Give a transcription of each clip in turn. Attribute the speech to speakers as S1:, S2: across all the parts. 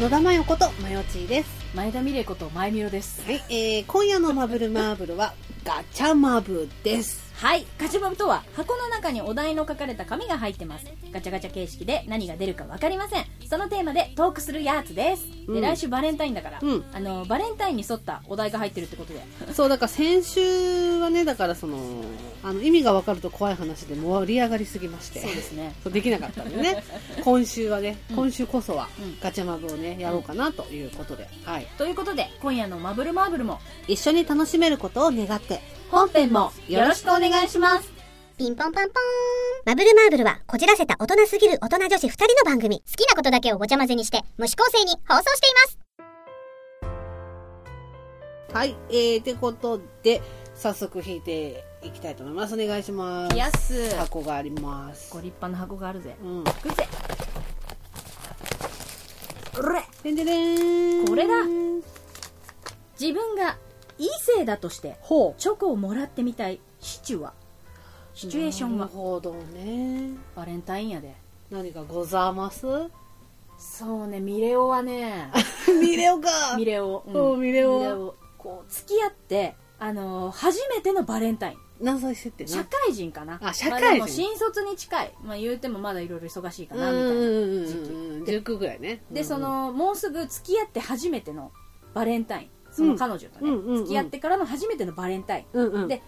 S1: 野田真代ことマヨチーです
S2: 前田美玲こと前みろです
S1: はい、えー、今夜のマブルマーブルはガチャマブです
S2: はいガチャバブとは箱の中にお題の書かれた紙が入ってますガチャガチャ形式で何が出るか分かりませんそのテーマでトークするやつです、
S1: うん
S2: で来週バレンタインだから、
S1: うん
S2: あのバレンタインに沿ったお題が入ってるってことで
S1: そうだから先週はねだからそのあの意味が分かると怖い話で盛り上がりすぎまして
S2: そうですね
S1: そうできなかったんでね今週はね今週こそは
S2: うん
S1: ガチャマブをねやろうかなということで、はい、
S2: ということで今夜のマブルマーブルも
S1: 一緒に楽しめることを願って
S2: 本編もよろしくお願いします
S3: ピンポンパンポーン。マブルマーブルは、こじらせた大人すぎる大人女子二人の番組。好きなことだけをごちゃ混ぜにして、無視構成に放送しています。
S1: はいえー、ってことで早速引いていきたいと思いますお願いします
S2: やっす
S1: 箱があります
S2: ご立派な箱があるぜ
S1: うん
S2: くぜうれ
S1: でんででーん
S2: これだ自分が異性だとして
S1: ほう
S2: チョコをもらってみたいシチュはシチュエーション
S1: な
S2: は
S1: るほどね
S2: バレンタインやで
S1: 何かございます
S2: そうねミレオは ね
S1: 見れよか
S2: ミレオ、
S1: そうミレオ
S2: こう付き合ってあのー初めてのバレンタイン
S1: 何歳してってな
S2: 社会人かな
S1: あ社会人
S2: まあでも新卒に近い、まあ、言うてもまだいろいろ忙しいかなみたいな時期
S1: 時期19ぐらいね
S2: でそのもうすぐ付き合って初めてのバレンタインその彼女とね、
S1: うんうんうんうん
S2: 付き合ってからの初めてのバレンタイン
S1: うんうん
S2: で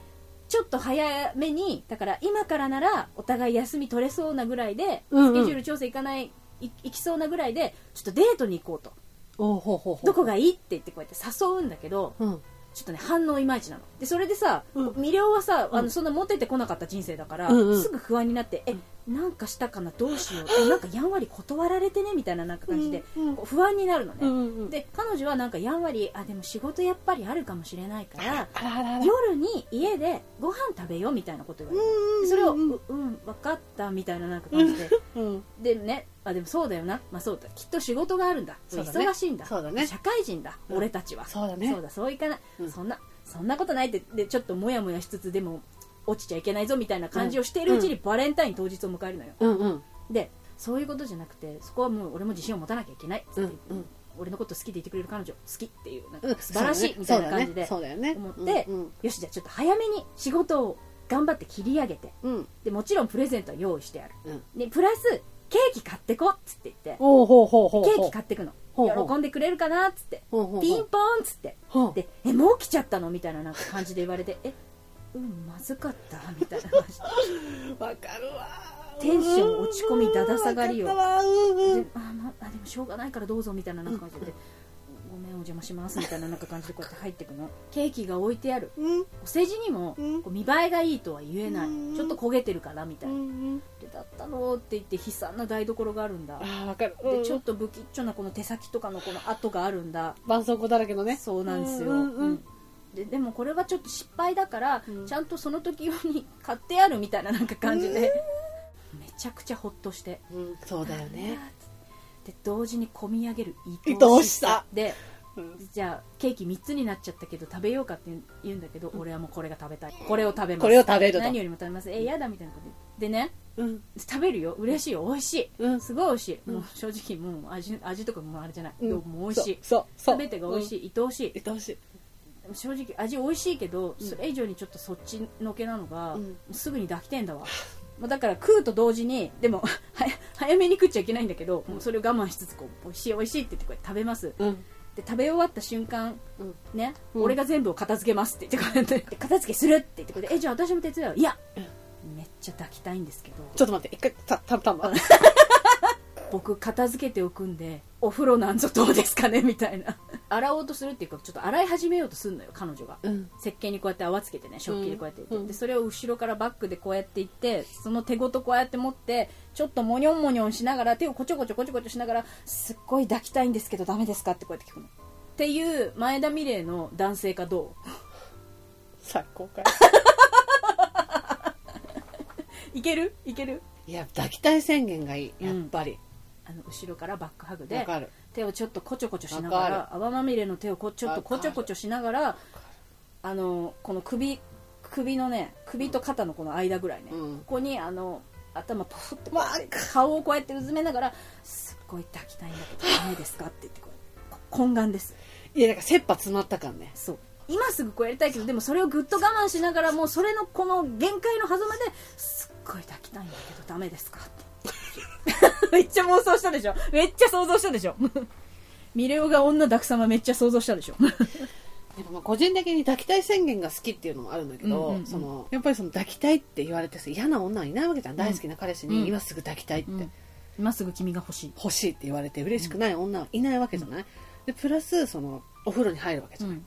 S2: ちょっと早めにだから今からならお互い休み取れそうなぐらいで、
S1: うんうん
S2: スケジュール調整いかないい行きそうなぐらいでちょっとデートに行こうと
S1: おうほうほうほう
S2: どこがいいって言ってこうやって誘うんだけど
S1: うん
S2: ちょっとね反応いまいちなのでそれでさ、
S1: うん
S2: 魅了はさあ
S1: う
S2: の
S1: ん
S2: そんなモテてこなかった人生だから、
S1: うんうん
S2: すぐ不安になってえなんかしたかなどうしようえなんかやんわり断られてねみたいななんか感じで、
S1: うんうん
S2: こう不安になるのね、
S1: うんうん
S2: で彼女はなんかやんわりあでも仕事やっぱりあるかもしれないから
S1: あらあらあら
S2: 夜に家でご飯食べようみたいなこと言われて、
S1: うんうんうん
S2: それを「ううん分かった」みたいななんか感じで、
S1: うん
S2: でねあでもそうだよな、まあ、そうだきっと仕事があるんだ
S1: そうだね
S2: 忙しいんだ
S1: そうだね
S2: 社会人だ、
S1: うん
S2: 俺たちは
S1: そうだね
S2: そうだそういかない、
S1: うん
S2: そんなそんなことないってでちょっとモヤモヤしつつでも落ちちゃいけないぞみたいな感じをしているうちにバレンタイン当日を迎えるのよ、
S1: うんうん
S2: でそういうことじゃなくてそこはもう俺も自信を持たなきゃいけないつって、
S1: うんうん
S2: 俺のこと好きでいてくれる彼女好きっていうなん
S1: うん
S2: か素晴らしいみたいな感じで
S1: そうだよね
S2: 思って、
S1: そうだよねうん
S2: よしじゃあちょっと早めに仕事を頑張って切り上げて
S1: うんうん
S2: でもちろんプレゼントは用意してある
S1: うん
S2: でプラスケーキ買ってこっつって言って
S1: おうほうほうほうほう
S2: ケーキ買ってくの
S1: ほうほう
S2: 喜んでくれるかなっつって
S1: ほうほうほう
S2: ピンポンっつって
S1: ほう
S2: で「えもう来ちゃったの?」みたいななんか感じで言われて「えうんまずかった」みたいな感じで
S1: わかるわ
S2: テンション落ち込みだだ下がりよ
S1: わかったわうんうん
S2: であ、まあ、でもしょうがないからどうぞみたいななんか感じで「ごめんお邪魔します」みたいななんか感じでこうやって入ってくのケーキが置いてある
S1: うん
S2: お世辞にも
S1: うん
S2: こう見栄えがいいとは言えない
S1: うん
S2: ちょっと焦げてるからみた
S1: う
S2: いなん
S1: うん
S2: 「でだったの?」って言って悲惨な台所があるんだ
S1: ああわかる
S2: でちょっ
S1: と
S2: と不吉祥なこの手先とかのこの跡があるんだ
S1: 絆創膏だらけのね
S2: そうなんですよ、
S1: うんうんうん
S2: うんででもこれはちょっと失敗だから、
S1: うん
S2: ちゃんとその時用に買ってやるみたいななんか感じで、めちゃくちゃほっとして
S1: うんそうだよね
S2: で同時にこみ上げる愛お
S1: 愛お
S2: し
S1: し
S2: さ
S1: さ
S2: で
S1: うん
S2: じゃあケーキ3つになっちゃったけど食べようかって言うんだけど、俺はもうこれが食べたいこれを食べます
S1: これを食べると
S2: 何よりも食べますえ嫌だみたいなことででね
S1: うん
S2: 食べるよ嬉しいよ美味しい、
S1: うん
S2: すごい美味しい、
S1: うん
S2: もう正直もう味味とかもうあれじゃない、
S1: うん
S2: どうも美味しい
S1: そうそうそう
S2: 全てが美味しい、愛おしい
S1: 愛おしい
S2: 正直味美味しいけど、
S1: うん
S2: それ以上にちょっとそっちのけなのが、
S1: うん
S2: すぐに抱きてんだわもうだから食うと同時にでも早早めに食っちゃいけないんだけど、もうそれを我慢しつつこう美味しい美味しいって言ってこうやって食べます
S1: うん
S2: で食べ終わった瞬間
S1: うん
S2: ね、
S1: うん
S2: 俺が全部を片付けますって言ってこうやってで片付けするって言ってこうやってえじゃあ私も手伝うよいや、めっちゃ抱きたいんですけど
S1: ちょっと待って一回たたたんば
S2: 僕片付けておくんでお風呂なんぞどうですかねみたいな洗おうとするっていうかちょっと洗い始めようとするのよ彼女が、
S1: うん
S2: 石鹸にこうやって泡つけてね食器でこうやってやって、
S1: うん
S2: でそれを後ろからバックでこうやっていってその手ごとこうやって持ってちょっとモニョンモニョンしながら手をこちょこちょこちょこちょしながらすっごい抱きたいんですけどダメですかってこうやって聞くのっていう前田美玲の男性かどう
S1: 最高か
S2: いけるいける
S1: いや抱きたい宣言がいいやっぱり
S2: あの後ろからバックハグ
S1: わ
S2: で
S1: かる
S2: 手をちょっとこちょこちょしなが
S1: わ
S2: ら泡まみれの手をこちょっとこちょこちょしながらあのこの首首のね首と肩のこの間ぐらいね、
S1: うん
S2: ここにあの頭ポフってこうやって
S1: わ
S2: 顔をこうやってうずめながらすっごい抱きたいんだけどダメですか?」って言ってこうこ懇願です
S1: いやだから切羽詰まった感ね
S2: そう今すぐこうやりたいけどでもそれをぐっと我慢しながらもうそれのこの限界の狭間ですっごい抱きたいんだけどダメですかって めっちゃ妄想したでしょめっちゃ想像したでしょミレオが女抱く様めっちゃ想像したでしょ
S1: でもまあ個人的に抱きたい宣言が好きっていうのもあるんだけど、
S2: うんうんうん
S1: そのやっぱりその抱きたいって言われてさ嫌な女はいないわけじゃん大好きな彼氏
S2: うん
S1: に今すぐ抱きたいって、
S2: うん今すぐ君が欲しい
S1: 欲しいって言われて嬉しくない女はいないわけじゃない、でプラスそのお風呂に入るわけじ
S2: う
S1: ゃん、
S2: ん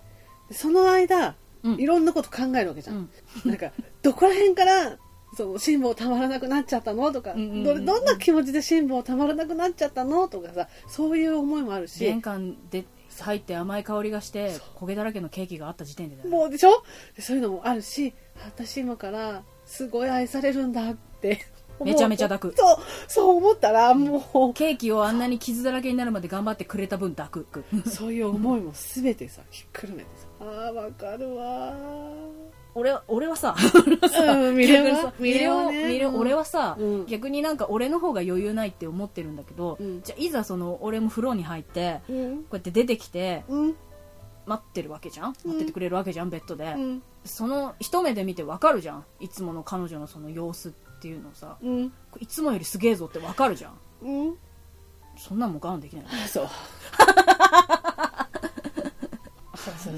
S1: でその間
S2: うん
S1: いろんなこと考えるわけじゃん、なんかどこら辺からその辛抱たまらなくなっちゃったのとか、
S2: うんうんうん
S1: どれどんな気持ちで辛抱たまらなくなっちゃったのとかさそういう思いもあるし
S2: 玄関で入って甘い香りがして焦げだらけのケーキがあった時点でだよ
S1: もうでしょでそういうのもあるしあ私今からすごい愛されるんだって思う
S2: めちゃめちゃ抱く
S1: そうそう思ったらも
S2: ケーキをあんなに傷だらけになるまで頑張ってくれた分ダクく
S1: うそういう思いも全てさひっくるめてさあーわかるわ
S2: 俺は俺はさ
S1: ー、 うん、見
S2: 逆
S1: れ
S2: にさ
S1: は
S2: ミレオミレオ俺
S1: は
S2: はさ、
S1: うん
S2: 逆になんか俺の方が余裕ないって思ってるんだけど、
S1: うん
S2: じゃあいざその俺も風呂に入って
S1: うん
S2: こうやって出てきて
S1: うん
S2: 待ってるわけじゃん
S1: うん
S2: 待っててくれるわけじゃんベッドで、
S1: うん
S2: その一目で見てわかるじゃんいつもの彼女のその様子っていうのさ
S1: うん
S2: いつもよりすげえぞってわかるじゃん
S1: うん
S2: そんなんも我慢できない
S1: そうそうそう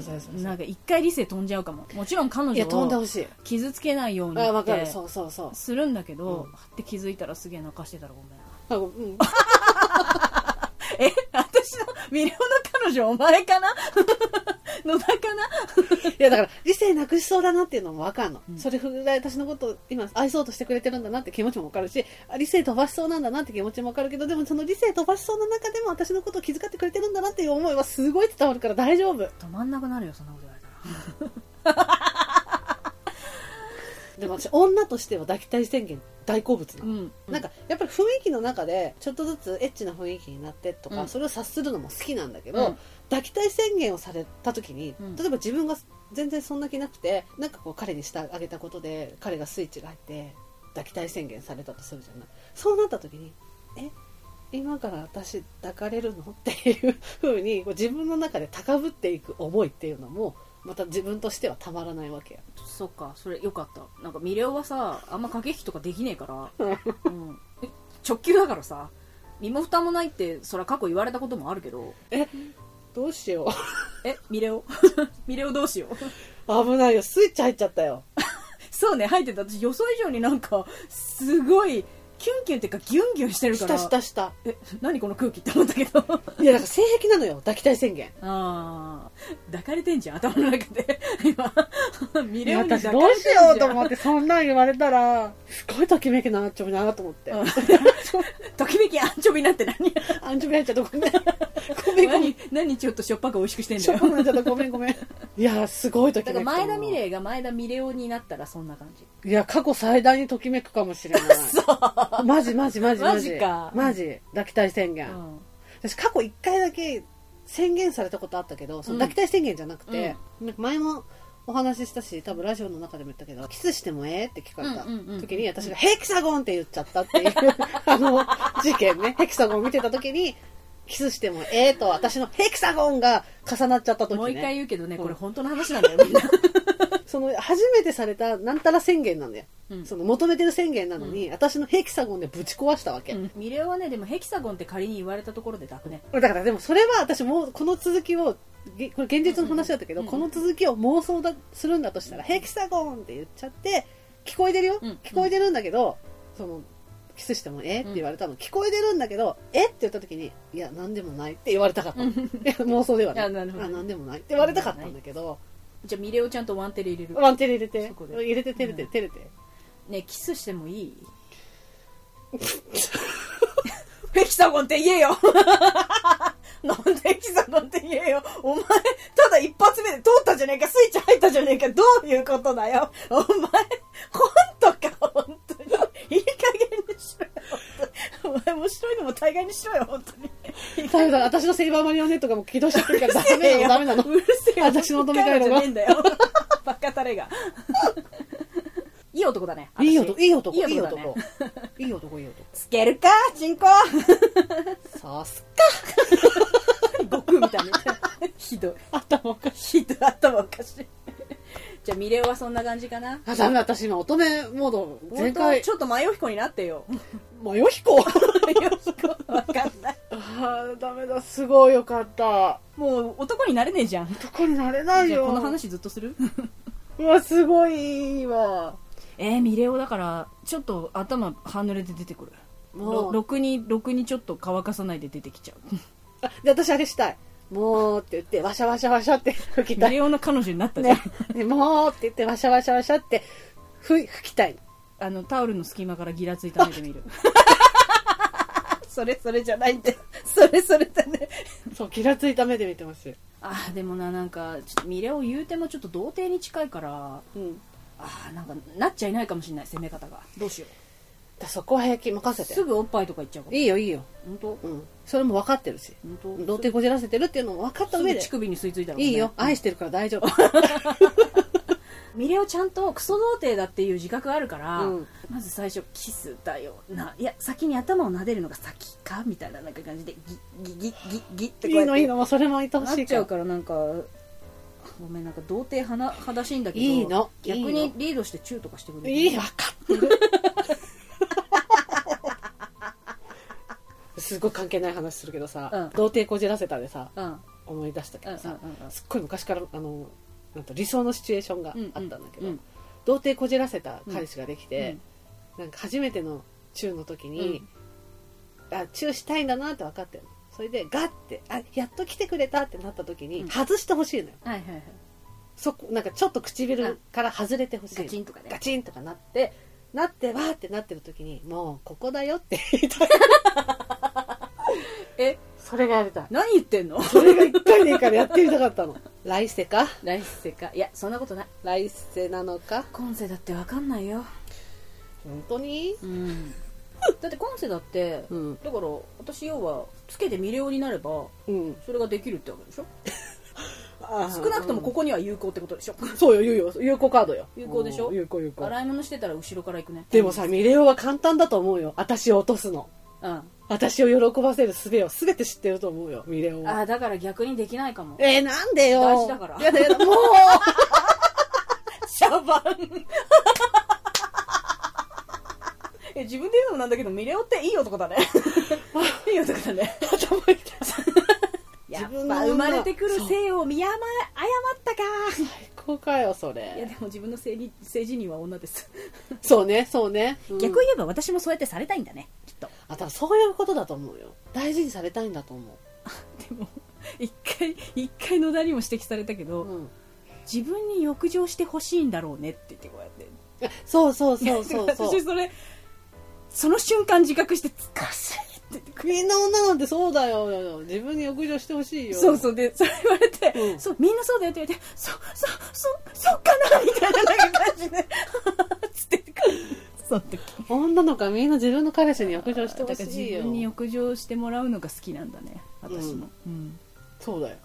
S1: そうそう
S2: なんか一回理性飛んじゃうかももちろん彼
S1: いや
S2: 女
S1: 飛んで
S2: を
S1: ほしい
S2: 傷つけないように
S1: あわ
S2: っ
S1: かる
S2: て
S1: そうそうそう
S2: するんだけど、
S1: うん
S2: はって気づいたらすげえ泣かしてたらごめんな
S1: あごうん
S2: え私のミレオの彼女お前かな 野田かない
S1: やだから理性なくしそうだなっていうのもわかんの、
S2: うん
S1: それぐらい私のことを今愛そうとしてくれてるんだなって気持ちもわかるしあ理性飛ばしそうなんだなって気持ちもわかるけどでもその理性飛ばしそうな中でも私のことを気遣ってくれてるんだなっていう思いはすごい伝わるから大丈夫
S2: 止まんなくなるよそんなこと言われたら
S1: でも私女としては抱きたい宣言大好物なの、
S2: ん
S1: なんかやっぱり雰囲気の中でちょっとずつエッチな雰囲気になってとか、
S2: うん
S1: それを察するのも好きなんだけど、
S2: うん
S1: 抱きたい宣言をされた時に、
S2: うん
S1: 例えば自分が全然そんな気なくてなんかこう彼にしてあげたことで彼がスイッチが入って抱きたい宣言されたとするじゃないそうなった時にえ今から私抱かれるのっていう風にこう自分の中で高ぶっていく思いっていうのもまた自分としてはたまらないわけよ
S2: そっかそれよかったなんかミレオはさあんま駆け引きとかできねえから、うん、直球だからさ身も蓋もないってそら過去言われたこともあるけど
S1: どうしよう
S2: えミレオ ミレオどうしよう
S1: 危ないよスイッチ入っちゃったよ
S2: そうね入ってた私予想以上になんかすごいキュンキュンっていうかギュンギュンしてる
S1: し
S2: から
S1: たしたした
S2: え何この空気って思ったけど
S1: いやだから性癖なのよ抱きたい宣言
S2: ああ抱かれてんじゃん頭の中で 今 ミ
S1: い
S2: レ
S1: や
S2: オに
S1: 私
S2: 抱かれ
S1: どう
S2: てん
S1: し
S2: じゃん
S1: ようと思ってそんなん言われたらすごいときめきなアンチョビだなと思って、
S2: うんときめきアンチョビなんて何
S1: アンチョビ入っちゃったごめんごめんごめん
S2: 何何ちょっとしょっぱく美味しくしてん
S1: シ
S2: だ
S1: ョック
S2: よ
S1: になっちゃったごめんごめんいやすごいとき
S2: だ
S1: め
S2: か
S1: き
S2: ら前田美
S1: レ
S2: 玲が前田美玲になったらそんな感じ
S1: いや過去最大にときめくかもしれない マジマジマジマジ
S2: マジか
S1: マジ抱きたい宣言、
S2: うん
S1: 私過去1回だけ宣言されたことあったけどその
S2: うん
S1: 抱きたい宣言じゃなくて、なんか前もお話ししたし多分ラジオの中でも言ったけどキスしてもええって聞かれた
S2: うんうんうん
S1: 時に私がヘキサゴンって言っちゃったっていう あの事件ねヘキサゴン見てた時にキスしてもええと私のヘキサゴンが重なっちゃった時
S2: もう一回
S1: ね
S2: 言うけどね、
S1: うん
S2: これ本当の話なんだよみん な
S1: その初めてされたなんたら宣言なんだよ、
S2: うん
S1: その求めてる宣言なのに、私のヘキサゴンでぶち壊したわけ、
S2: うん美玲はねでもヘキサゴンって仮に言われたところで抱くね
S1: だからでもそれは私もうこの続きをげこれ現実の話だったけど、
S2: うんうん
S1: この続きを妄想だするんだとしたら、ヘキサゴンって言っちゃって聞こえてるよ、
S2: うん
S1: 聞こえてるんだけどそのキスしてもえって言われたの、聞こえてるんだけどえって言った時にいや何でもないって言われたかった、いや 妄想ではね
S2: い
S1: あ
S2: やなるほど
S1: 何でもないって言われたかったんだけど
S2: じゃあミレオちゃんとワンテレ入れる
S1: ワンテレ入れて
S2: そこで
S1: 入れて照れて
S2: うん
S1: 照れて、
S2: ねえキスしてもいいヘキサゴンって言えよなんでヘキサゴンって言えよお前ただ一発目で通ったじゃねえかスイッチ入ったじゃねえかどういうことだよお前コントか本当にいい加減にしろよ本当にお前面白いのも大概にしろよ本当に
S1: だめだ私のセイバーマリオネットがもう起動しちゃってるからダメなのダメなの
S2: うるせえよ
S1: 私の乙女回路
S2: じゃ
S1: が
S2: ねえんだよ バカタレがいい男だね
S1: いい
S2: 私
S1: 男いい男
S2: い
S1: い
S2: い
S1: い
S2: 男だね
S1: 男いいい男いい男
S2: つけるかチンコ
S1: さす
S2: 悟空みたいに ひどい頭おかしいひどい頭おかしいじゃあミレオはそんな感じかな
S1: あダメ私今乙女モード全
S2: 本
S1: 開
S2: 当ちょっと迷う彦になってよ
S1: もうよひこ
S2: 迷う彦わかんない
S1: あーダメだすごいよかった
S2: もう男になれねえじゃんじ
S1: どこになれない
S2: ゃあ
S1: よ
S2: この話ずっとする
S1: うわすごいいいわ
S2: えー、ミレオだからちょっと頭半濡れて出てくる
S1: も
S2: ろ
S1: う
S2: ろくにろくにちょっと乾かさないで出てきちゃう
S1: あで私あれしたいもうって言ってわしゃわしゃわしゃって 吹きた
S2: ミ
S1: い
S2: レオの彼女になったじゃん、
S1: ねねもうって言ってわしゃわしゃわしゃって吹吹きたい
S2: あのタオルの隙間からギラついた目で見る それそれじゃないんでそれそれだね
S1: そうギラついた目で見てますよ
S2: あーでもななんかちょっとミレオ言うてもちょっと童貞に近いから
S1: うん
S2: あーなんかなっちゃいないかもしれない攻め方がどうしよ
S1: だそこは平気任
S2: う
S1: せて
S2: すぐおっぱいとかいっちゃうから
S1: いいよいいよ
S2: 本当
S1: うんそれも分かってるし
S2: 本
S1: 童
S2: 当
S1: 貞こじらせてるっていうのも分かった
S2: す
S1: 上
S2: ぐ
S1: で
S2: 乳首に吸い付いたら、
S1: いいよ愛
S2: し
S1: してるから大丈夫
S2: ミレオちゃんとクソ童貞だっていう自覚があるから、
S1: うん
S2: まず最初キスだよないや先に頭を撫でるのが先かみたいななんか感じでギギギギギって
S1: い
S2: こうや
S1: い
S2: って
S1: のいいのもうそれも愛お
S2: な
S1: し
S2: っ
S1: い
S2: ち
S1: か
S2: ゃ
S1: ら
S2: うからなんかごめんなんか童貞はなはだしいんだけど
S1: いいの
S2: 逆
S1: いい
S2: に
S1: の
S2: リードしてチューとかしてくれる
S1: いい分かってるすごい関係ない話するけどさ、
S2: うん
S1: 童貞こじらせたでさ
S2: うん
S1: 思い出したけどさ、
S2: うんうんうんうん
S1: すっごい昔からあのなんと理想のシチュエーションがあったんだけど、
S2: うんうん
S1: 童貞こじらせた彼氏ができて
S2: うん、
S1: なんか初めてのチューの時に、あチューしたいんだなって分かってるのそれでガッてあやっと来てくれたってなった時に、
S2: うん
S1: 外してほしいのよ
S2: はいはいはい
S1: そこなんかちょっと唇から外れてほしいの
S2: ガチンとかね
S1: ガチンとかなってなってわーってなってる時にもうここだよって言いたい
S2: え
S1: それがやりたい
S2: 何言って んの
S1: それが一回でいいからやってみたかったの来世か
S2: 来世かいやそんなことない
S1: 来世なのか
S2: 今世だってわかんないよ
S1: 本当に
S2: うん だって今世だって、
S1: うん
S2: だから私要はつけてミレオになれば
S1: うん
S2: それができるってわけでしょ
S1: 少
S2: 少なくともここには有効ってことでしょ
S1: そうよ有よ有効カードよ
S2: 有効でしょ
S1: うん有効有効
S2: 洗い物してたら後ろから行くね
S1: でもさミレオは簡単だと思うよ私を落とすの
S2: うんあ
S1: 私を喜ばせる術を全て知ってると思うよミレオは
S2: ーだから逆にできないかも
S1: えー、なんでよ
S2: 大事だから
S1: やだやだもう
S2: シャバン え自分で言うのもなんだけどミレオっていい男 だねいい男だね
S1: 頭痛い
S2: やっ
S1: 自
S2: ぱ
S1: 分の女
S2: 生まれてくる性を見誤誤ったか
S1: 最高かよそ
S2: いや
S1: れ
S2: でも自分の性に性自認は女です、
S1: そうねそうね、うん
S2: 逆言えば私もそうやってされたいんだねきっと
S1: あ多分そういうことだと思うよ大事にされたいんだと思
S2: でも一回一回野田にも指摘されたけど、
S1: う、うん、
S2: 自分に浴場してほしいんだろうねって言ってこうやって
S1: そうそうそうそうそ
S2: 私
S1: う
S2: それその瞬間自覚して「つかしい」って言って
S1: みんな女なんてそうだよ自分に浴場してほしいよ
S2: そうそうでそれ言われて、
S1: うん
S2: そうみんなそうだよって言われてそそそそっかなみたいななんか感じで つってその時
S1: 女の子はみんな自分の彼氏に浴場して
S2: だか
S1: ほ
S2: ら自
S1: しい
S2: 分に
S1: よ
S2: 浴場してもらうのが好きなんだね私も、うん
S1: そうだよ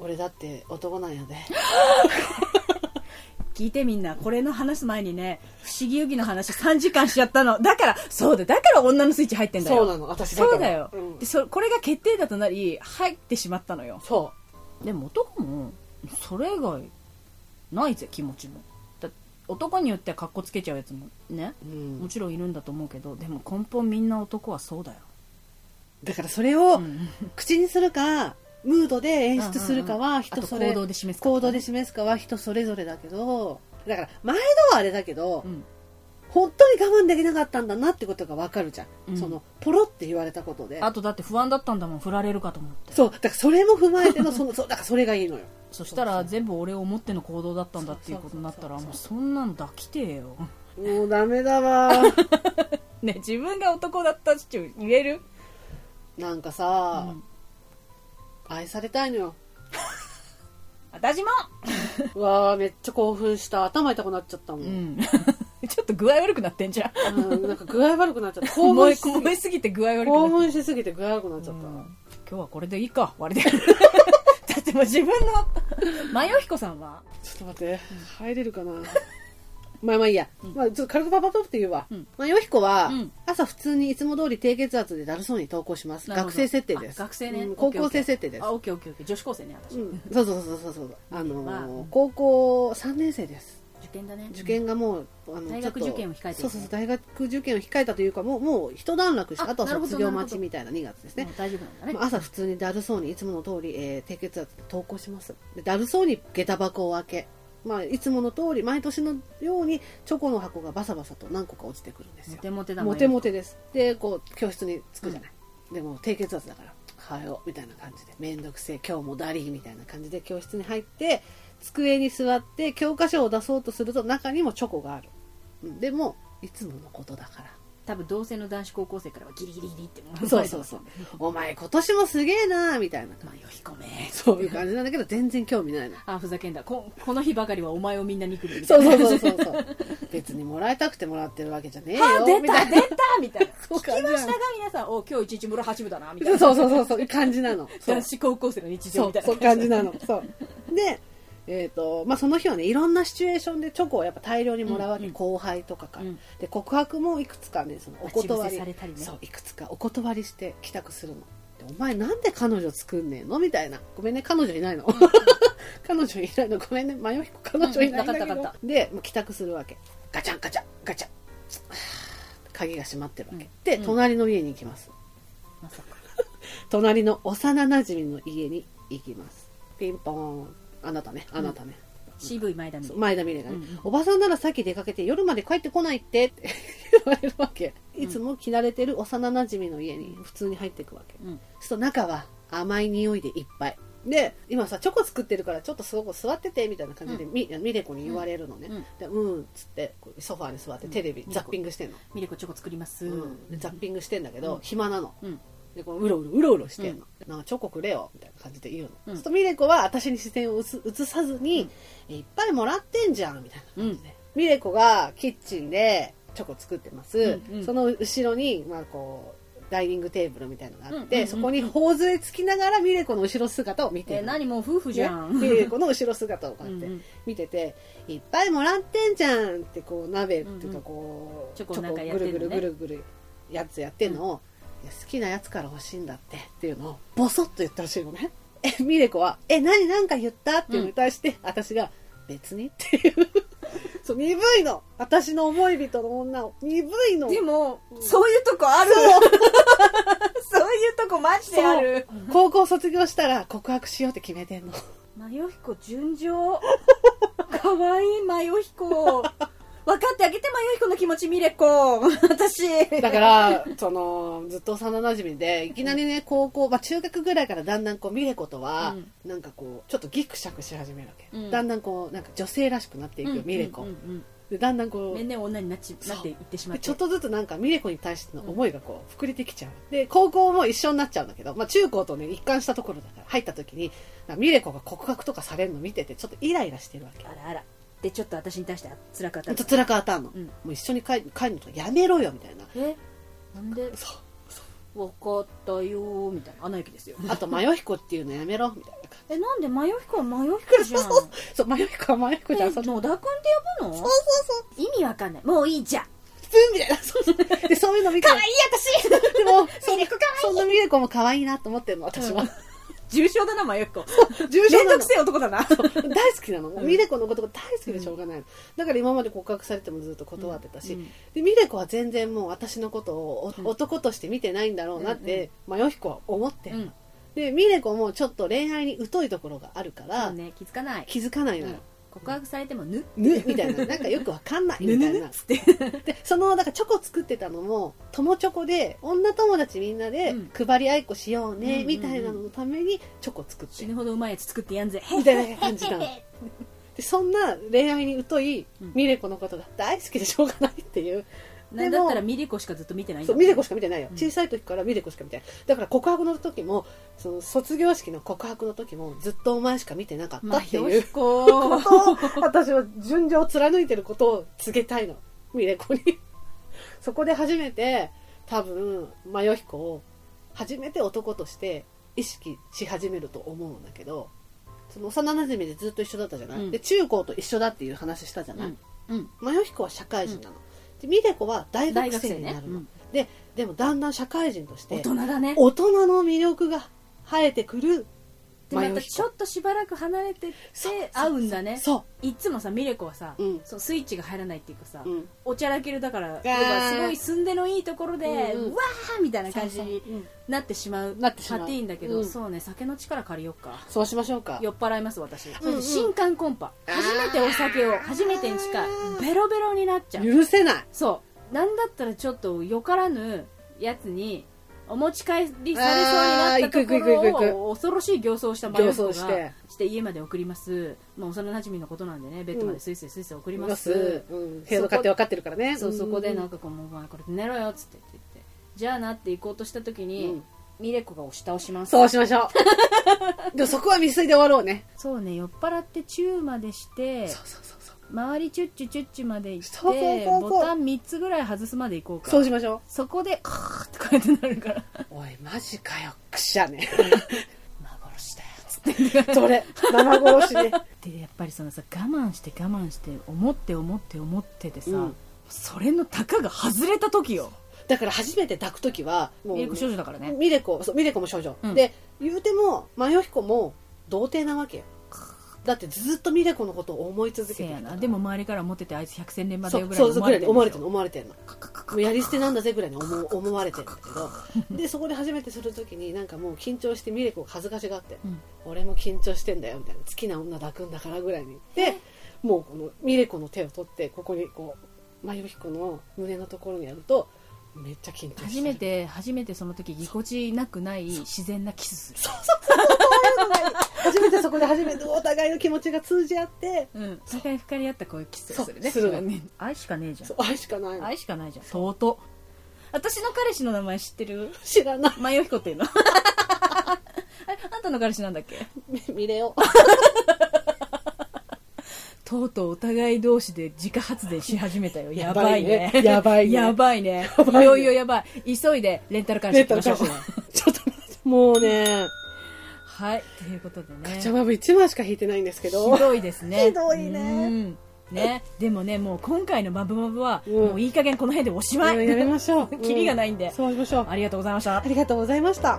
S1: 俺だって男なんやで
S2: 聞いてみんなこれの話す前にね不思議遊戯の話3時間しちゃったのだからそうだだから女のスイッチ入ってんだよ
S1: そうなの私だから
S2: そうだよ、
S1: うん
S2: でそこれが決定打となり入ってしまったのよ
S1: そ
S2: でも男もそれ以外ないぜ気持ちもだ男によっては格好つけちゃうやつもね
S1: う、うん
S2: もちろんいるんだと思うけどでも根本みんな男はそうだよ、
S1: だからそれを
S2: うん
S1: 口にするかムードで演出するかは
S2: あ
S1: 人
S2: と
S1: それ
S2: 行動で示すか
S1: 行動で示すかは人それぞれだけどだから毎度はあれだけど、
S2: うん
S1: 本当に我慢できなかったんだなってことがわかるじゃん、
S2: うん
S1: そのポロって言われたことで
S2: あとだって不安だったんだもん振られるかと思って
S1: そうだからそれも踏まえてのそのそうだからそれがいいの よ
S2: そしたら全部俺を思っての行動だったんだっていうことになったら
S1: そう
S2: も
S1: そうう
S2: そんなの抱きてえよ
S1: もうダメだわ
S2: ね自分が男だったって言える、
S1: なんかさ、
S2: うん
S1: 愛されたいのよ
S2: 私も
S1: うわあめっちゃ興奮した頭痛くなっちゃったも、
S2: うんん ちょっと具合悪くなってんじゃ ん
S1: うん、なんか具合悪くなっちゃった興
S2: 燃え
S1: 奮し
S2: 燃えすぎて具合悪く
S1: 興
S2: なっ
S1: 奮しすぎて具合悪くなっち
S2: ちゃ
S1: ゃっ、
S2: ったた、今日はこれでいいか終わりで だってもう自分の迷彦さんは
S1: ちょっと待って入れるかな まあまあいいや、
S2: うん
S1: まあ、ちょっと軽くパパパって言うわ、
S2: うん
S1: まあ、よひこは、
S2: うん
S1: 朝普通にいつも通り低血圧でだるそうに投稿します
S2: なるほ
S1: 学
S2: ど
S1: 生設定です
S2: あ学生ね、
S1: うん
S2: オッケー
S1: 高校
S2: オッケ
S1: 生
S2: ー
S1: 設定です
S2: あオッケーオッケーオッケー女子高生ね私、
S1: うん、そうそうそうそうそうあのー
S2: まあうん
S1: 高校3年生です
S2: 受験だね
S1: 受験がもう、あの
S2: 大学
S1: ちょっと
S2: 受験を控えてる
S1: そうそうそう大学受験を控えたというかもうもう一段落して
S2: あ
S1: あとは
S2: なるほど
S1: 卒業
S2: なる
S1: 待
S2: ほど
S1: ちみたいな2月ですね
S2: もう大丈夫なんだね、
S1: まあ朝普通にだるそうにいつもの通り、えー低血圧で投稿しますでだるそうに下駄箱を開け、まあ、いつもの通り毎年のようにチョコの箱がバサバサと何個か落ちてくるんです
S2: モ
S1: よ
S2: テモテだ
S1: モテモテですでこう教室に着くじゃない、でも低血圧だから「はよ」みたいな感じで「めんどくせえ今日もだり」みたいな感じで教室に入って机に座って教科書を出そうとすると中にもチョコがある、うん、でもいつものことだから
S2: 多分同性の男子高校生からはギリギリギリって
S1: そうそうそう お前今年もすげえなみたいな
S2: まあよひこめ
S1: そういう感じなんだけど全然興味ないの。
S2: あふざけんだここの日ばかりはお前をみんな憎むみた
S1: そ
S2: いうな
S1: そう そうそうそう。別にもらいたくてもらってるわけじゃねえよ。
S2: あ出
S1: み
S2: た
S1: い
S2: 出たみ たいな
S1: そう
S2: 聞きましたが皆さんお今日一日室八分だなみたい
S1: な。
S2: な
S1: そうそうそうそういう感じなの。そう
S2: 男子高校生の日
S1: そ
S2: 常み
S1: う
S2: たい
S1: そう
S2: な
S1: 感じな の。そうで。えーとまあ、その日はねいろんなシチュエーションでチョコをやっぱ大量にもらうわけ、
S2: うんうん
S1: 後輩とかから、
S2: うん
S1: で告白もいくつかねそのお断
S2: 待ち伏
S1: り
S2: せされたりね
S1: そういくつかお断りして帰宅するのでお前なんで彼女作んねえのみたいなごめんね彼女いないの 彼女いないのごめんね迷い子彼女いないんだけど、
S2: うんなかったなかっ
S1: でもう帰宅するわけガチャンガチャンガチャン はあ鍵が閉まってるわけ、
S2: うん
S1: で
S2: うん
S1: 隣の家に行きます、
S2: まさか
S1: 隣の幼なじみの家に行きますピンポーンあなたねあなたね、
S2: 渋い前田美
S1: そう
S2: 桜
S1: 前田美玲がね、
S2: うんうん
S1: おばさんならさっき出かけて夜まで帰ってこないって」って言われるわけいつも着慣れてる幼なじみの家に普通に入っていくわけ、
S2: うん
S1: そうすると中は甘い匂いでいっぱいで今さチョコ作ってるからちょっとそこ座っててみたいな感じで、
S2: う
S1: みみれ子に言われるのね、
S2: うん
S1: でうんっつってこうソファーに座ってテレビ、
S2: うん
S1: ザッピングしてんの、
S2: ミレコチョコ作ります、
S1: うんでザッピングしてんだけど、
S2: うん
S1: 暇なの
S2: うん
S1: でこううろうろうろうろしてんの、なんかチョコくれよみたいな感じで言うの、
S2: うん
S1: そうするとミレコは私に視線を移す移さずに、いっぱいもらってんじゃんみたいな感じで、ミレコがキッチンでチョコ作ってます、
S2: うんうん
S1: その後ろに、まあ、こうダイニングテーブルみたいなのがあって、
S2: うんうんうん
S1: そこに頬杖つきながらミレコの後ろ姿を見て
S2: え
S1: る
S2: 何もう夫婦じゃん、
S1: ねミレコの後ろ姿をこうやって
S2: うんうん
S1: 見てて、いっぱいもらってんじゃんってこう鍋っていう
S2: うんう
S1: か
S2: ん
S1: こう、
S2: チョコなんかやってんのね
S1: ぐるぐるぐるぐるやつやってんのを、いや好きなやつから欲しいんだってっていうのをボソッと言ってほしいのね。 えミレコは「え何なんか言った?」っていうのに対して、私が「別に」っていう そう鈍いの私の思い人の女を鈍いの
S2: でも、そういうとこある そういうとこマジである
S1: そう高校卒業したら告白しようって決めてんの
S2: マヨヒコ純情 かわいいマヨヒコ分かってあげてマヨヒコの気持ちミレコ私
S1: だから、その、ずっと幼馴染で、いきなりね、高校、まあ中学ぐらいからだんだんこう、ミレコとは、なんかこう、ちょっとギクシャクし始めるわけ。
S2: うん
S1: だんだんこう、なんか女性らしくなっていくよ、ミレコ
S2: うんう。ん
S1: で、だんだん
S2: うん
S1: こ
S2: 年々女になっちなっていってし
S1: う、
S2: まっ
S1: で
S2: て
S1: ちょっとずつなんかミレコに対しての思いがこう、膨れてきちゃう。で、高校も一緒になっちゃうんだけど、まあ中高とね、一貫したところだから、入った時に、なんかミレコが告白とかされるの見てて、ちょっとイライラしてるわけ。
S2: あらあらでちょっと私に対して辛かった
S1: ちょっと辛く当たんの。
S2: うん
S1: もう一緒に帰る帰るのとかやめろよ、みたいな。
S2: えなんで
S1: そう。
S2: 分かったよみたいなアナ雪ですよ
S1: あと、マヨヒコっていうのやめろ、みたいな感じ。
S2: えなんでマヨヒコはマヨヒコじゃん
S1: そう、マヨヒコはマヨヒコ
S2: え
S1: で遊んで
S2: 野田
S1: る。
S2: 君って呼ぶの
S1: そうそうそう。
S2: 意味わかんないもういいじゃん
S1: プンみたいな。そうそう。で、そういうの見て、
S2: い私
S1: でも、そん
S2: ミ
S1: な
S2: レコ可愛い
S1: そんなミレコも可愛いなと思ってるの、私は。
S2: 重症だなマヨヒコ
S1: 重
S2: め
S1: 症
S2: ん
S1: なの
S2: どく。せえ男だな
S1: 大好きなの。
S2: ん
S1: ミレコのことが大好きでしょうがないの。だから今まで告白されてもずっと断ってたし、
S2: うんうん
S1: で、ミレコは全然もう私のことをお
S2: うん
S1: 男として見てないんだろうなって、マヨヒコは思ってるの、
S2: うん
S1: で、ミレコもちょっと恋愛に疎いところがあるから、
S2: そうね気づかない
S1: 気づかないのよ。
S2: 告白されてもぬ
S1: ぬみたいななんかよくわかんないみた
S2: ぬぬ
S1: い
S2: ぬ
S1: な
S2: っつって
S1: でそのだからチョコ作ってたのも友チョコで女友達みんなで
S2: うん
S1: 配り合いっこしようね、
S2: うん
S1: みたいなののためにチョコ作って
S2: 死ぬほどうまいやつ作ってやんぜ
S1: みたいな感じ なのでそんな恋愛に疎い
S2: うん
S1: ミレコのことが大好きでしょうがないっていう
S2: なんだったらミリコしかずっと見てないんだ
S1: そうミレコしか見てないよ
S2: うん
S1: 小さい時からミレコしか見てないだから告白の時もその卒業式の告白の時もずっとお前しか見てなかった
S2: マ
S1: っていう、
S2: ヨヒコ
S1: 私は順情を貫いてることを告げたい のミレコにそこで初めて多分マヨヒコを初めて男として意識し始めると思うんだけどその幼なじみでずっと一緒だったじゃない、
S2: うん
S1: で中高と一緒だっていう話したじゃない、
S2: うんうん
S1: マヨヒコは社会人なの、でミレコは大
S2: 大
S1: 学
S2: 学
S1: 生
S2: 生
S1: にな
S2: ね
S1: る、
S2: う
S1: の、
S2: ん
S1: ででもだんだん社会人として
S2: 大人だね
S1: 大人の魅力が生えてくる
S2: でまた
S1: 迷い
S2: ちょっとしばらく離れてって会うんだね
S1: そ
S2: いつもさミレコはさ、
S1: うん
S2: そうスイッチが入らないっていうかさ、
S1: う、うん、
S2: おちゃらけるだから要はすごい住んでのいいところで、
S1: うんうん
S2: わーみたいな感じに
S1: そうそう,、うん
S2: なってしまう
S1: なってしまう
S2: パティーンだけど、
S1: うん
S2: そうね酒の力借りよっか
S1: そうしましょうか
S2: 酔っ払います私、
S1: うんうん
S2: 新刊コンパ
S1: あー
S2: 初めてお酒を初めてに近いベロベロになっちゃう
S1: 許せない
S2: そうなんだったらちょっとよからぬやつにお持ち帰りされそうになったとこ
S1: あー行く行く行く行
S2: ろを恐ろしい形相したマヨコが
S1: 形相して
S2: して家まで送ります、まあ、幼馴染のことなんでねベッドまでスイスイスイスイ送り
S1: い
S2: ま、
S1: ますす、うん、平野家って分かってるからね
S2: そうそこでなん
S1: か、
S2: かこう「もうお前これ寝ろよ」っつって言ってじゃあなって行こうとした時
S1: う
S2: に、
S1: ん、
S2: ミレコが押し倒します
S1: そうしましょ うでもそこは未遂で終わろうね
S2: そうね酔っ払ってチューまでして
S1: そうそうそうそう
S2: 周りチュッチュチュッチュまで行って
S1: そうそうそうそう
S2: ボタン3つぐらい外すまで行こうか
S1: そうしましょ
S2: そこでカーってこうやってなるから
S1: うおいマジかよくしゃね
S2: 孫殺しだよつっ
S1: それ生殺しで
S2: てでやっぱりそのさ我慢して我慢して思って思って思ってでさ、
S1: うん
S2: それのたかが外れた時よ
S1: だから初めて抱く時はもう
S2: ミレコ少女だからね
S1: ミレコそうミレコも少女、
S2: うん
S1: で言うてもマヨヒコも童貞なわけよだってずっとミレコのことを思い続けて
S2: せ
S1: きた
S2: や
S1: から
S2: なでも周りからモテてあいつ百戦錬磨
S1: そ
S2: だよ
S1: う
S2: ぐらい
S1: そう
S2: に
S1: そう
S2: 思
S1: ぐ
S2: わ
S1: ら
S2: れ
S1: い
S2: て
S1: に
S2: る
S1: 思われ
S2: でしてょ
S1: るの思われてるのもうやり捨てなんだぜぐらいに思う思われてるんだ けどでそこで初めてする時になんかもう緊張してミレコが恥ずかしがって、
S2: うん
S1: 俺も緊張してんだよみたいな好きな女抱くんだからぐらいにでもうこのミレコの手を取ってここにこう真由彦の胸のところにやるとめっちゃ緊張してる
S2: 初めて初めてその時ぎこちなくない自然なキスする
S1: 初めてそこで初めてお互いの気持ちが通じ合って
S2: うんお互い深り合ったこういうキスをするね
S1: そうするの
S2: そうね愛しかねえじゃん
S1: そう愛しかないの
S2: 愛しかないじゃんとうとう私の彼氏の名前知ってる
S1: 知らない
S2: マヨヒ コっていうのあれあんたの彼氏なんだっけ
S1: みミレオ
S2: とうとうお互い同士で自家発電し始めたよやばいね
S1: やばいね
S2: やばいね
S1: やばいね
S2: いよいよやばい急いでレンタル彼氏
S1: レン
S2: 行き
S1: タ
S2: ま
S1: ル
S2: しょ
S1: 彼
S2: う
S1: 氏 ちょっと待ってもうね
S2: はいということでね
S1: ジャマブ1枚しか引いてないんですけど
S2: ひどいですね。
S1: ひどいね
S2: うん。ね、でもね、もう今回のマブマブは、
S1: うん
S2: もういい加減この辺でおしま
S1: やめ
S2: い。
S1: ましょう
S2: キリがないんで
S1: うそうしましょう
S2: ありがとうございました
S1: あ。りがとうございました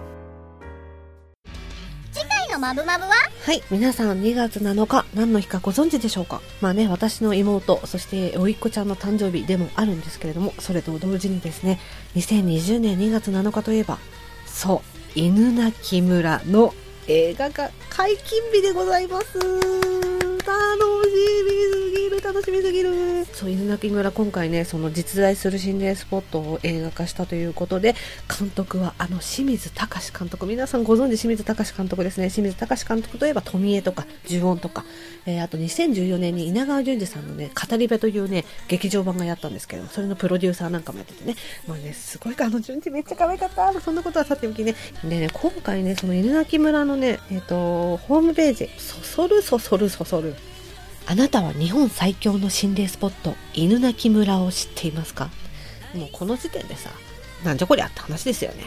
S3: 回のマブマブは
S1: はい皆さん2月7日何の日かご存知でしょうかまあね私の妹そして甥っ子ちゃんの誕生日でもあるんですけれどもそれと同時にですね2020年2月7日といえばそう犬鳴村の映画が解禁日でございます楽しみすぎる楽しみすぎるそう犬鳴村今回ねその実在する心霊スポットを映画化したということで監督はあの清水隆監督皆さんご存知清水隆監督ですね清水隆監督といえば富江とか呪音とか、えーあと2014年に稲川淳二さんのね語り部というね劇場版がやったんですけどもそれのプロデューサーなんかもやっててねまあねすごいあの淳二めっちゃ可愛かったそんなことはさておきねでね今回ねその犬鳴村のねえっ、とホームページそそるそそるそそるあなたは日本最強の心霊スポット犬鳴村を知っていますかもうこの時点でさなんじゃこりゃって話ですよね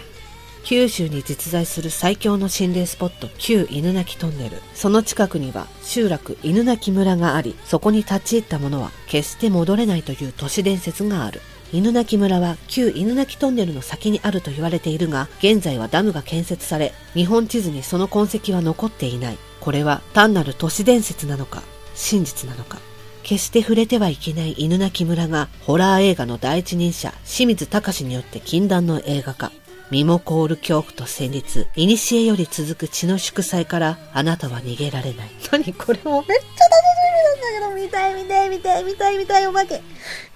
S1: 九州に実在する最強の心霊スポット旧犬鳴トンネルその近くには集落犬鳴村がありそこに立ち入った者は決して戻れないという都市伝説がある犬鳴村は旧犬鳴トンネルの先にあると言われているが現在はダムが建設され日本地図にその痕跡は残っていないこれは単なる都市伝説なのか真実なのか決して触れてはいけない犬鳴村がホラー映画の第一人者清水隆によって禁断の映画化身も凍る恐怖と戦慄古より続く血の祝祭からあなたは逃げられない何これもうめっちゃ楽しみなんだけど見たい見たい見たい見たい見たいおまけ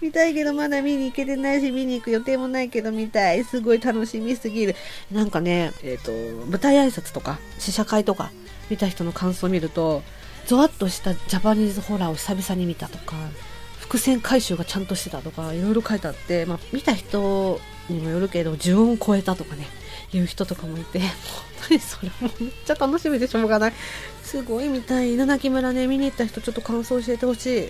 S1: 見たいけどまだ見に行けてないし見に行く予定もないけど見たいすごい楽しみすぎるなんかねえっ、と舞台挨拶とか試写会とか見た人の感想を見るとゾワッとしたジャパニーズホラーを久々に見たとか伏線回収がちゃんとしてたとかいろいろ書いてあって、まあ、見た人にもよるけど呪音超えたとかねいう人とかもいてもう何それもうめっちゃ楽しみでしょうがないすごい見たい稲垣村ね見に行った人ちょっと感想教えてほしい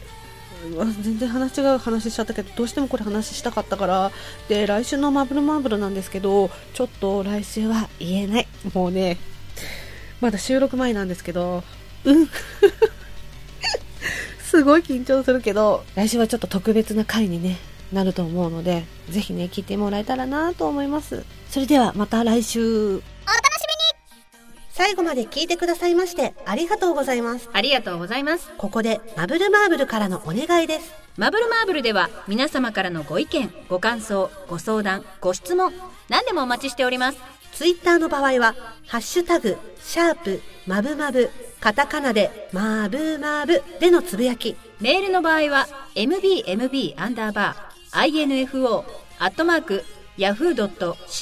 S1: うわ全然話違う話しちゃったけどどうしてもこれ話したかったからで来週の「マブルマーブル」なんですけどちょっと来週は言えないもうねまだ収録前なんですけどうんすすごい緊張するけど来週はちょっと特別な回にねなると思うのでぜひね聞いてもらえたらなと思いますそれではまた来週
S4: 最後まで聞いてくださいましてありがとうございます。
S5: ありがとうございます。
S4: ここでマブルマーブルからのお願いです。
S5: マブルマーブルでは皆様からのご意見、ご感想、ご相談、ご質問、何でもお待ちしております。
S4: ツイッターの場合は、ハッシュタグ、シャープ、マブマブ、カタカナで、マブマブでのつぶやき、
S5: メールの場合は mbmb アンダーバー info アットマーク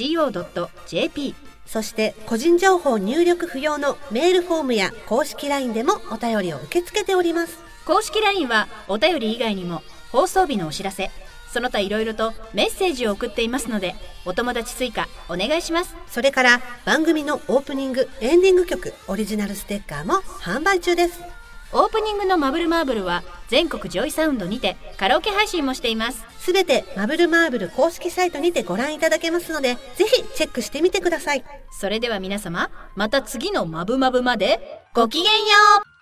S5: yahoo.co.jp
S4: そして個人情報入力不要のメールフォームや公式 LINE でもお便りを受け付けております。
S5: 公式 LINE はお便り以外にも放送日のお知らせその他いろいろとメッセージを送っていますのでお友達追加お願いします
S4: それから番組のオープニング、エンディング曲、オリジナルステッカーも販売中です。
S5: オープニングの「マブルマーブル」は全国ジョイサウンドにてカラオケ配信もしています
S4: すべてマブルマーブル公式サイトにてご覧いただけますので、ぜひチェックしてみてください。
S5: それでは皆様また次の「マブマブ」までごきげんよう